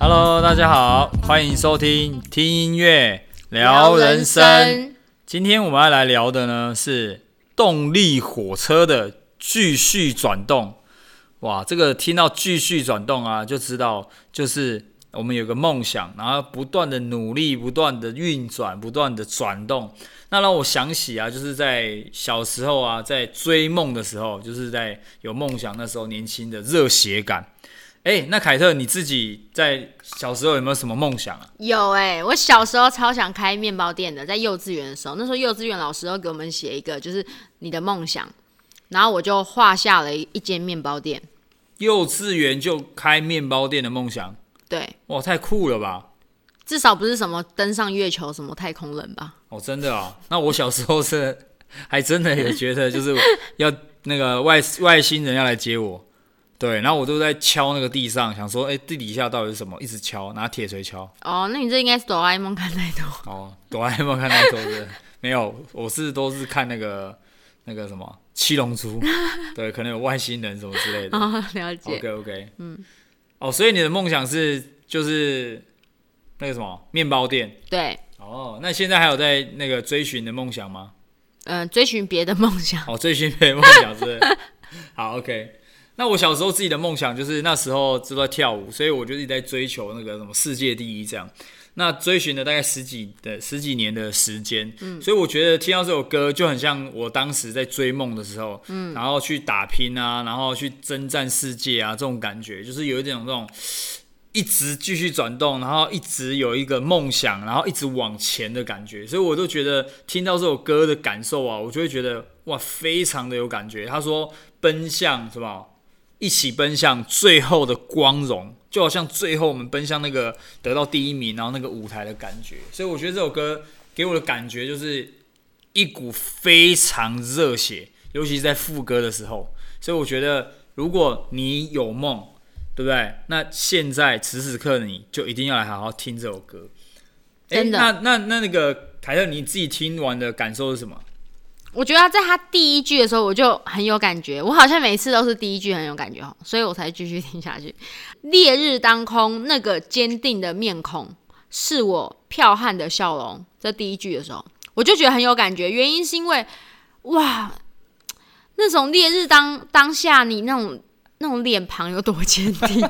Hello，大家好，欢迎收听听音乐聊人生。，今天我们要来聊的呢是动力火车的继续转动。哇，这个听到继续转动啊，就知道就是我们有个梦想，然后不断的努力，不断的运转，不断的转动。那让我想起啊，就是在小时候啊，在追梦的时候，就是在有梦想那时候年轻的热血感。哎，那凯特你自己在小时候有没有什么梦想啊？有哎、我小时候超想开面包店的，在幼稚园的时候，那时候幼稚园老师都给我们写一个，就是你的梦想，然后我就画下了一间面包店。幼稚园就开面包店的梦想，对，哇，太酷了吧！至少不是什么登上月球、什么太空人吧？哦，真的啊、那我小时候是还真的也觉得就是要那个外外星人要来接我，对，然后我都在敲那个地上，想说，哎、地底下到底是什么？一直敲，拿铁锤敲。 哦，那你这应该是哆啦 A 梦看太多。哦，哆啦 A 梦看太多是没有，我是都是看那个那个什么七龙珠， 对，可能有外星人什么之类的。 哦，了解。 OK OK，嗯，哦，所以你的梦想是就是那个什么面包店。对，哦，那现在还有在那个追寻你的梦想吗？嗯、追寻别的梦想。哦，追寻别人梦想是不是 好 OK。那我小时候自己的梦想就是那时候就在跳舞，所以我就一直在追求那个什么世界第一这样。那追寻了大概十几的十几年的时间，所以我觉得听到这首歌就很像我当时在追梦的时候，嗯，然后去打拼啊，然后去征战世界啊，这种感觉就是有一种这种一直继续转动，然后一直有一个梦想，然后一直往前的感觉，所以我都觉得听到这首歌的感受啊，我就会觉得哇，非常的有感觉。他说奔向什么？一起奔向最后的光荣，就好像最后我们奔向那个得到第一名，然后那个舞台的感觉。所以我觉得这首歌给我的感觉就是一股非常热血，尤其是在副歌的时候。所以我觉得，如果你有梦，对不对？那现在此时此刻，你就一定要来好好听这首歌。诶真的那那那那个凯特，你自己听完的感受是 什么？我觉得在他第一句的时候，我就很有感觉。我好像每次都是第一句很有感觉哦，所以我才继续听下去。烈日当空，那个坚定的面孔，是我剽悍的笑容。这第一句的时候，我就觉得很有感觉。原因是因为，哇，那种烈日当当下，你那种那种脸庞有多坚 定，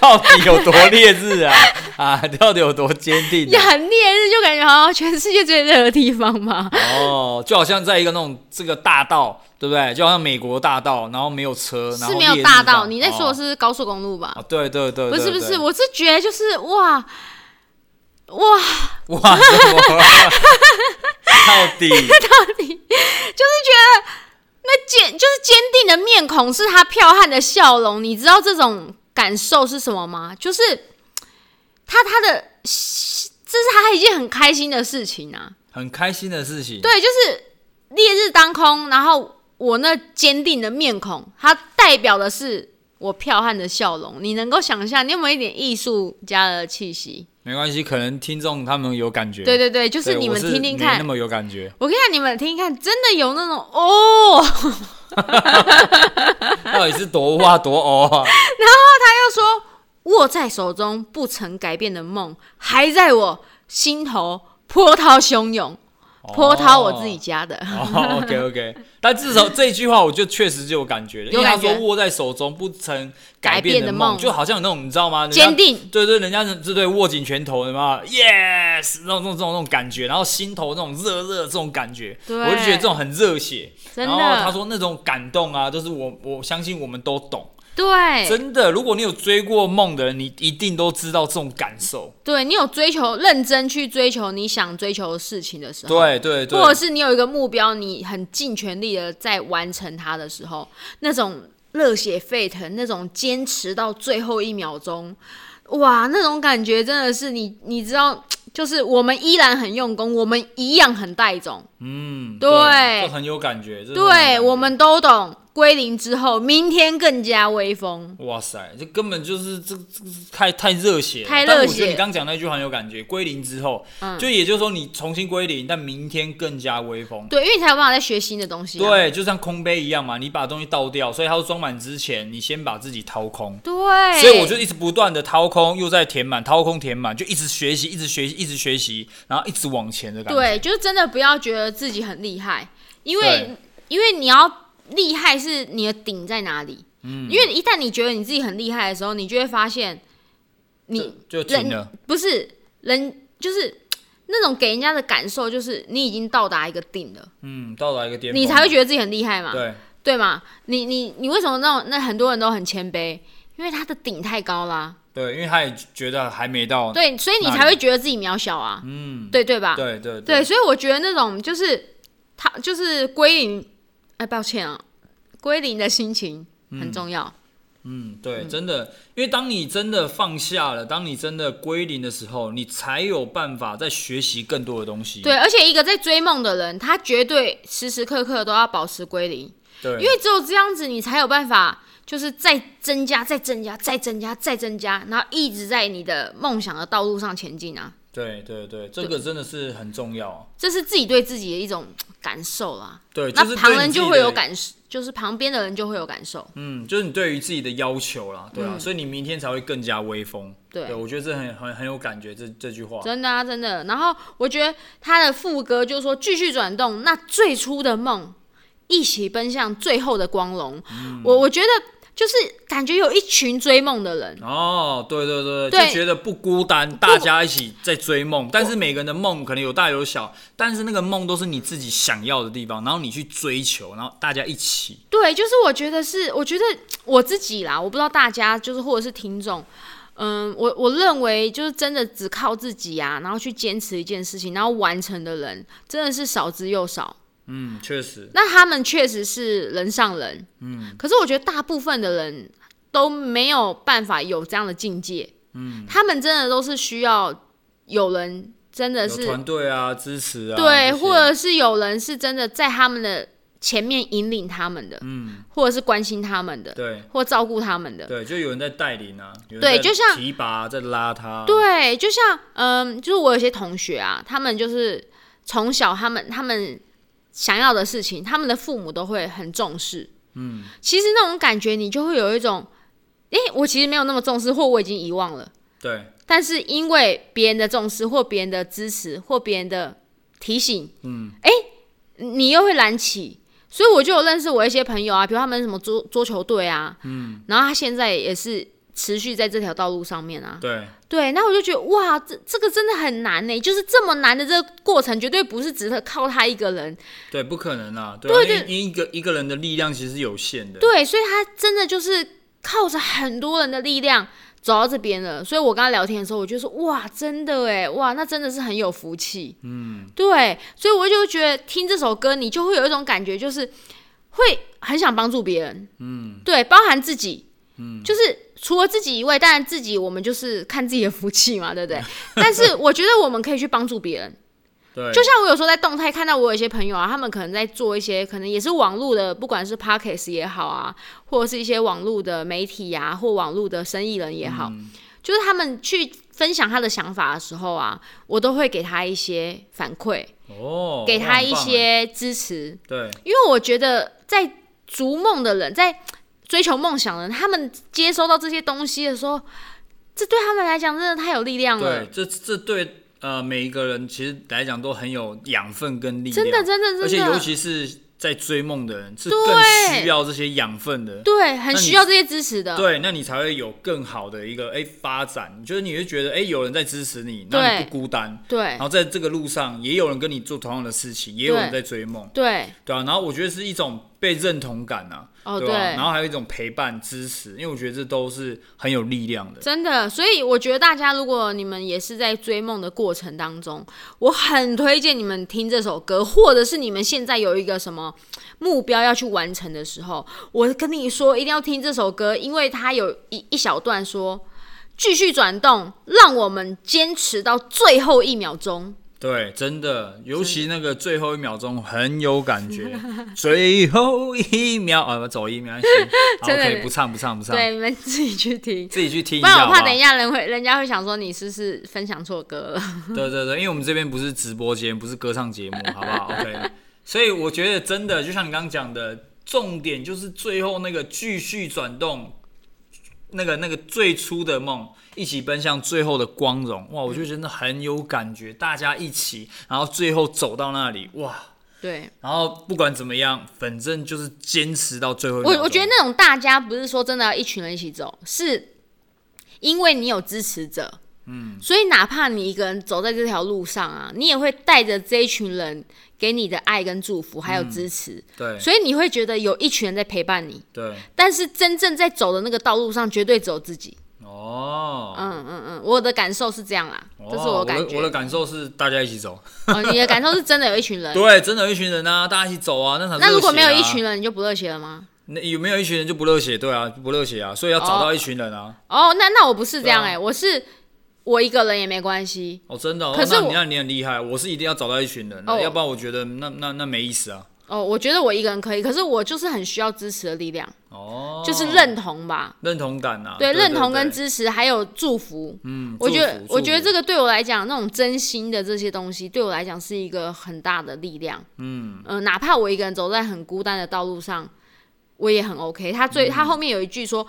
到底有多烈日啊？啊，到底有多坚定你啊、很烈日，就感觉好像全世界最热的地方嘛。哦，就好像在一个那种这个大道，对不对？就好像美国大道，然后没有车，然后是没有烈日大道，你在说的哦？是高速公路吧？哦，对对对不是不对是，对我是觉得就是哇哇，哇，什么到 底那坚就是坚定的面孔是他剽悍的笑容，你知道这种感受是什么吗？就是他他的这是他一件很开心的事情啊，很开心的事情，对，就是烈日当空，然后我那坚定的面孔，它代表的是我剽悍的笑容。你能够想象，你有没有一点艺术家的气息？没关系，可能听众他们有感觉，对对，对对，就是你我们听没听看那，么有感觉，我跟你讲，你们听一看，真的有那种哦， 他到底是多哇多哦 啊？又说握在手中不曾改变的梦，还在我心头波涛汹涌，波涛我自己家的，哦，OK OK，但至少这一句话我就确实就有感觉了，因有为他感觉说握在手中不曾改改变变的的梦，梦就好像有那种你知道吗？人家坚定。对对，人家是对对握紧拳头，什么 yes 那种那种那种那种感觉，然后心头那种热热这种感觉，对我就觉得这种很热血。真然的后他说那种感动啊，就是我我相信我们都懂，对，真的，如果你有追过梦的人，你一定都知道这种感受。对你有追求，认真去追求你想追求的事情的时候，对对对，或者是你有一个目标，你很尽全力的在完成它的时候，那种热血沸腾，那种坚持到最后一秒钟，哇，那种感觉真的是你，你知道，就是我们依然很用功，我们一样很带种，嗯，对这很有感觉。这真的很有感对，觉我们都懂。归零之后，明天更加威风。哇塞，这根本就是这这这太太热血了，太但热我觉得血你刚讲那句很有感觉，归零之后，嗯就也就是说你重新归零，但明天更加威风。对，因为你才有办法再学新的东西、啊。对，就像空杯一样嘛，你把东西倒掉，所以它要装满之前，你先把自己掏空。对，所以我就一直不断的掏空，又在填满，掏空填满，就一直学习，一直学习，一直学习，然后一直往前的感觉。对，就是真的不要觉得自己很厉害，因为对因为你要厉害是你的顶在哪里。嗯，因为一旦你觉得你自己很厉害的时候，你就会发现你就就停人了。不是人，就是那种给人家的感受，就是你已经到达一个顶了，嗯，到达一个巅峰，你才会觉得自己很厉害嘛，对对嘛？你你你为什么那种那很多人都很谦卑？因为他的顶太高啦，对，因为他也觉得还没到。对，所以你那才你会觉得自己渺小啊，哦嗯，对对吧？对对对，所以我觉得那种就是他就是归零，哎，抱歉啊，归零的心情很重要。嗯，对，真的，因为当你真的放下了，当你真的归零的时候，你才有办法再学习更多的东西。对，而且一个在追梦的人，他绝对时时刻刻都要保持归零，对，因为只有这样子，你才有办法就是再增加、再增加、再增加、再增加，然后一直在你的梦想的道路上前进啊。对对对，这个真的是很重要。这是自己对自己的一种感受啦。对，就那是旁对你人自己就会有的感受，就是旁边的人就会有感受。嗯，就是你对于自己的要求啦，对啊，所以你明天才会更加威风。嗯对我觉得这很很很有感觉，这这句话。真的啊，真的。然后我觉得他的副歌就说：“继续转动，那最初的梦，一起奔向最后的光荣。我我觉得就是感觉有一群追梦的人，哦，对对对，对就觉得不孤单，大家一起在追梦，但是每个人的梦可能有大有小，但是那个梦都是你自己想要的地方，然后你去追求，然后大家一起。对，就是我觉得是，我觉得我自己啦，我不知道大家就是或者是听众，嗯，我我认为就是真的只靠自己啊，然后去坚持一件事情，然后完成的人真的是少之又少。嗯，确实，那他们确实是人上人，嗯，可是我觉得大部分的人都没有办法有这样的境界，嗯，他们真的都是需要有人真的有是团队啊，支持啊，对，这些或者是有人是真的在他们的前面引领他们的，嗯，或者是关心他们的，对或照顾他们的，对，就有人在带领啊，有人对在就像提拔在拉他，对，就像嗯，就是我有些同学啊，他们就是从小他们他们想要的事情，他们的父母都会很重视。嗯，其实那种感觉，你就会有一种，诶、我其实没有那么重视，或我已经遗忘了。对但是因为别人的重视，或别人的支持，或别人的提醒，嗯，哎、你又会燃起。所以我就有认识我一些朋友啊，比如他们什么桌桌球队啊，嗯，然后他现在也是持续在这条道路上面啊，对对，那我就觉得哇，这这个真的很难呢，就是这么难的这个过程，绝对不是只是靠他一个人。对，不可能啊，对啊，因为因为一个一个人的力量其实是有限的，对，所以他真的就是靠着很多人的力量走到这边了。所以我跟他聊天的时候，我就说哇，真的哎，哇，那真的是很有福气。嗯，对，所以我就觉得听这首歌，你就会有一种感觉，就是会很想帮助别人。嗯，对，包含自己。嗯，就是除了自己以外，当然自己我们就是看自己的福气嘛，对不对？但是我觉得我们可以去帮助别人。对，就像我有时候在动态看到我有一些朋友啊，他们可能在做一些，可能也是网络的，不管是 p o c k e t 也好啊，或者是一些网络的媒体啊，或网络的生意人也好，嗯就是他们去分享他的想法的时候啊，我都会给他一些反馈，哦，给哇他很一棒欸些支持，对因为我觉得在逐梦的人，在追求梦想的人，他们接收到这些东西的时候，这对他们来讲真的太有力量了对，，这这对呃每一个人其实来讲都很有养分跟力量，真的，真的，真的，而且尤其是在追梦的人是对更需要这些养分的。对，很那需你要这些支持的。对，那你才会有更好的一个哎、发展，就是你会觉得哎、有人在支持你，对那你不孤单，对然后在这个路上也有人跟你做同样的事情，也有人对在追梦，对对啊，然后我觉得是一种被认同感啊，哦对吧、对然后还有一种陪伴支持，因为我觉得这都是很有力量的。真的，所以我觉得大家如果你们也是在追梦的过程当中，我很推荐你们听这首歌，或者是你们现在有一个什么目标要去完成的时候，我跟你说一定要听这首歌，因为它有一一小段说。继续转动，让我们坚持到最后一秒钟。对，真的，尤其那个最后一秒钟很有感觉， 最后一秒啊，不走一秒， 行好真的，OK，不唱不唱不唱，对，你们自己去听。自己去听一不下然好我好怕等一下人会人家会想说你是不是分享错歌了。对对对，因为我们这边不是直播间，不是歌唱节目，好不 好？OK。所以我觉得真的，就像你刚刚讲的，重点就是最后那个继续转动，那个那个最初的梦，一起奔向最后的光荣。哇，我就真的很有感觉，大家一起，然后最后走到那里，哇！对然后不管怎么样，反正就是坚持到最后一秒钟。我，我觉得那种大家不是说真的要一群人一起走，是因为你有支持者，嗯，所以哪怕你一个人走在这条路上啊，你也会带着这一群人给你的爱跟祝福，还有支持，嗯对所以你会觉得有一群人在陪伴你。对但是真正在走的那个道路上，绝对只有自己。哦，嗯嗯嗯，我的感受是这样啦，这是哦感我觉。的我的感受是大家一起走。哦，你的感受是真的有一 群人。对，真的有一群人啊，大家一起走啊，那场、那如果没有一群，人，你就不热血了吗？那有没有一群人就不热血？对啊，就不热血啊，所以要找到一群人啊。哦，那那我不是这样对哎、啊我是我一个人也没关系。哦，真的、哦，可是那我你那你很厉害，我是一定要找到一群人的，啊哦要不然我觉得那那那没意思啊。哦，我觉得我一个人可以，可是我就是很需要支持的力量，哦，就是认同吧。认同感啊，对，对认同跟对支持，还有祝福。嗯，我觉祝得福，我觉得祝这个对我来讲，那种真心的这些东西，对我来讲是一个很大的力量。嗯呃，哪怕我一个人走在很孤单的道路上，我也很 OK。他嗯最、他后面有一句说：“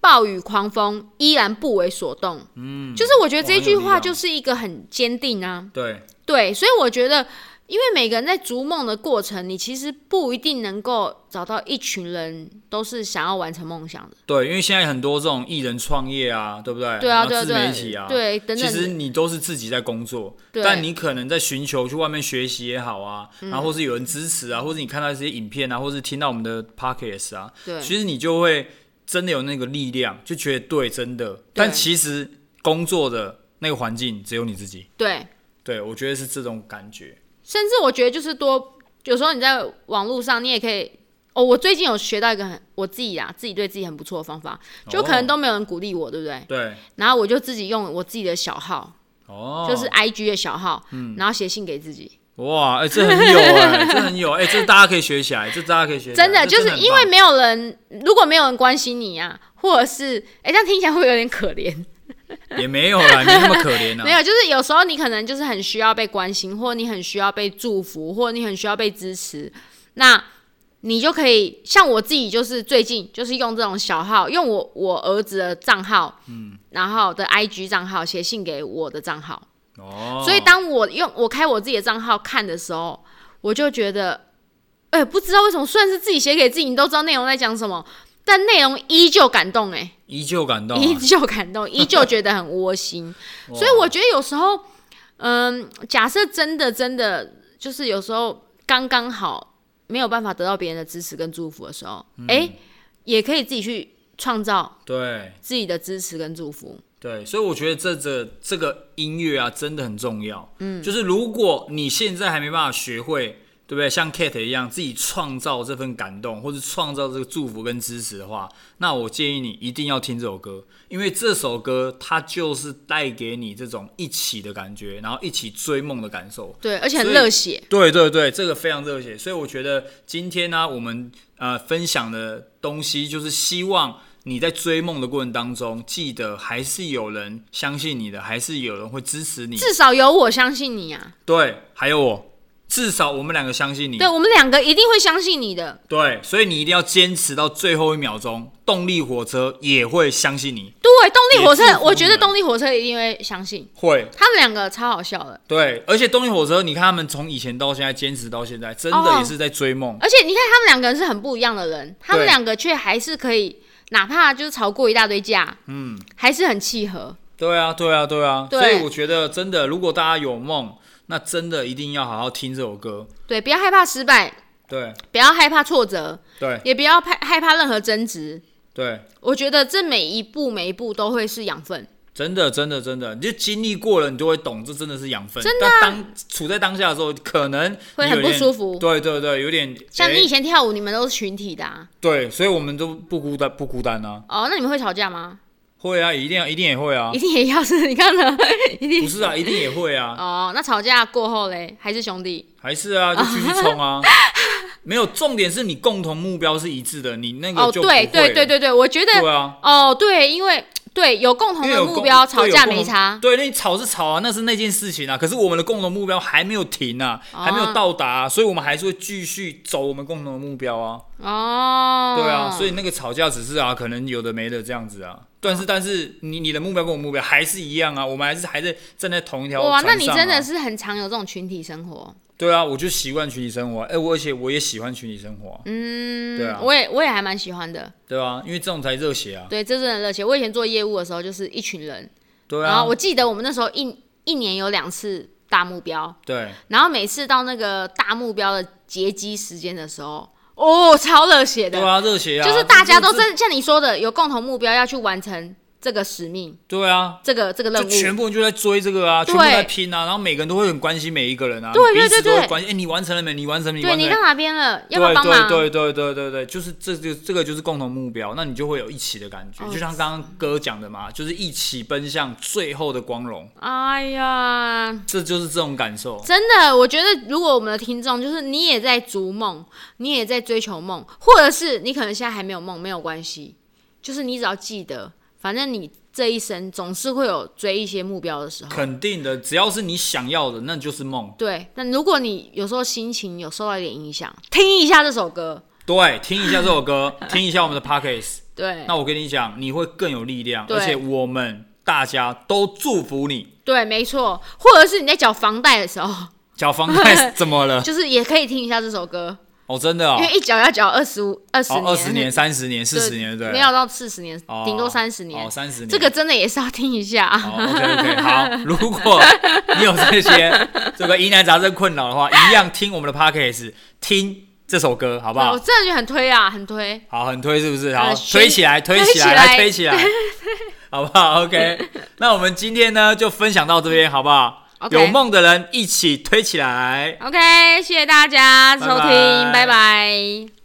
暴雨狂风依然不为所动。”嗯，就是我觉得哇这很有句力话量就是一个很坚定啊。福对对，所以我觉得，因为每个人在逐梦的过程，你其实不一定能够找到一群人都是想要完成梦想的。对，因为现在很多这种艺人创业啊，对不对？对然啊，后对啊，自对媒体啊，啊，对，等其实等的。你都是自己在工作，对但你可能在寻求去外面学习也好啊，然后或是有人支持啊，或是你看到一些影片啊，或是听到我们的 podcast 啊，对其实你就会真的有那个力量，就觉得对，真的。但其实工作的那个环境只有你自己，对，对我觉得是这种感觉。甚至我觉得就是多，有时候你在网络上，你也可以。哦，我最近有学到一个很我自己啊，自己对自己很不错的方法，就可能哦都没有人鼓励我，对不对？对，然后我就自己用我自己的小号，哦，嗯就是 IG 的小号，然后写信给自己。哇，哎、这很有哎、这很有哎、这大家可以学起来，这大家可以学起来，真的这啊就是很因棒为没有人，如果没有人关心你啊，或者是哎、这样听起来会有点可怜。也没有啦，没那么可怜没啊。有，就是有时候你可能就是很需要被关心，或你很需要被祝福，或你很需要被支持，那你就可以像我自己，就是最近就是用这种小号，用我我儿子的账号，嗯，然后的 IG 账号写信给我的账号，哦，所以当我用我开我自己的账号看的时候，我就觉得，哎、不知道为什么，虽然是自己写给自己，你都知道内容在讲什么，但内容依旧感动、依旧感哎、到、啊，依旧 感动，依旧觉得很窝心。哇所以我觉得有时候，嗯，假设真的真的就是有时候刚刚好没有办法得到别人的支持跟祝福的时候，嗯哎、也可以自己去创造对。自己的支持跟祝福。对，所以我觉得这这这个音乐啊，真的很重要。嗯，就是如果你现在还没办法学会，对不对？像 Kate 一样，自己创造这份感动，或者创造这个祝福跟支持的话，那我建议你一定要听这首歌，因为这首歌它就是带给你这种一起的感觉，然后一起追梦的感受。对，而且很所以热血。对对对，这个非常热血，所以我觉得今天呢、我们呃分享的东西就是希望你在追梦的过程当中，记得还是有人相信你的，还是有人会支持你。至少有我相信你啊！对，还有我，至少我们两个相信你。对我们两个一定会相信你的。对，所以你一定要坚持到最后一秒钟，动力火车也会相信你，对，动力火车也祝，福我觉得你们动力火车一定会相信，会。他们两个超好笑的。对，而且动力火车，你看他们从以前到现在坚持到现在，真的哦也是在追梦。而且你看，他们两个人是很不一样的人，他们两个却还是可以，哪怕就是吵过一大堆架，嗯，还是很契合。对啊，对啊，对啊。对所以我觉得真的，如果大家有梦，那真的一定要好好听这首歌。对，不要害怕失败，对，不要害怕挫折，对，也不要怕害怕任何争执。对，我觉得这每一步每一步都会是养分。真的，真的，真的，你就经历过了，你就会懂，这真的是养分。真的啊但当处在当下的时候，可能会你有很不点舒服对，对，对，有点像你以诶前跳舞，你们都是群体的、啊，对，所以我们都不孤单，不孤单啊。哦，那你们会吵架吗？会啊，一定要一定也会啊 一，定也要是你看呢， 一不定是啊，一定也会啊，哦。那吵架过后嘞，还是兄弟还是啊，就继续冲 啊。没有，重点是你共同目标是一致的，你那哦，个就不会对对对对对对，我觉得对啊，哦对，因为对有共同因为的有目共标，对吵有架共没同差。对，那你吵是吵啊，那是那件事情啊。可是我们的共同目标还没有停啊，还哦没有到达啊、所以我们还是会继续走我们共同的目标啊。哦，对啊，所以那个吵架只是啊，可能有的没的这样子啊。但嗯是但是你你的目标跟我目标还是一样啊，我们还是还在站在同一条哇，船上、啊。那你真的是很常有这种群体生活。对啊，我就习惯群体生活啊，哎、我而且我也喜欢群体生活啊、嗯，对啊我也我也还蛮喜欢的。对啊，因为这种才热血啊。对，这真的热血。我以前做业务的时候，就是一群人，对然啊后，我记得我们那时候一一年有两次大目标，对，然后每次到那个大目标的截击时间的时候，哦，超热血的，对啊，热血啊，就是大家都这这真像你说的，有共同目标要去完成这个使命，对啊，这个这个任就务。全部人就在追这个啊，对全部在拼啊，然后每个人都会很关心每一个人啊，对对彼此对都对会关心。哎、你完成了没？你完成了没？对，完成你了到没。哪边了？要不要对帮忙？对对对对对对，就是这就这个就是共同目标，那你就会有一起的感觉，哦就像刚刚哥讲的嘛，就是一起奔向最后的光荣，哎呀，这就是这种感受。真的，我觉得如果我们的听众就是你也在逐梦，你也在追求梦，或者是你可能现在还没有梦，没有关系，就是你只要记得，反正你这一生总是会有追一些目标的时候。肯定的，只要是你想要的，那就是梦。对，那如果你有时候心情有受到一点影响，听一下这首歌，对，听一下这首 歌，听一下我们的 Pockets，对那我跟你讲，你会更有力量，对而且我们大家都祝福你。对，没错，或者是你在缴房贷的时候，缴房贷 怎么了？就是也可以听一下这首歌，哦，真的哦因，为一缴要缴二十五、二十哦，年、二十年、三十年、四对十年，对不对，没有到四十年哦，，顶多三十年哦，，三十年，哦这个真的也是要听一下。好，OK OK，好。 如果你有这些这个疑难杂症困扰的话，一样听我们的 Podcast，听这首歌，好不对好我？真的觉得很推啊，很推。好，很推是不是？好，呃推起来，推推起起来，来来推起来，好不好？OK。那 我们今天呢，就分享到这边，好不好 OK 有梦的人一起推起来。 OK，谢谢大家收听，拜拜拜拜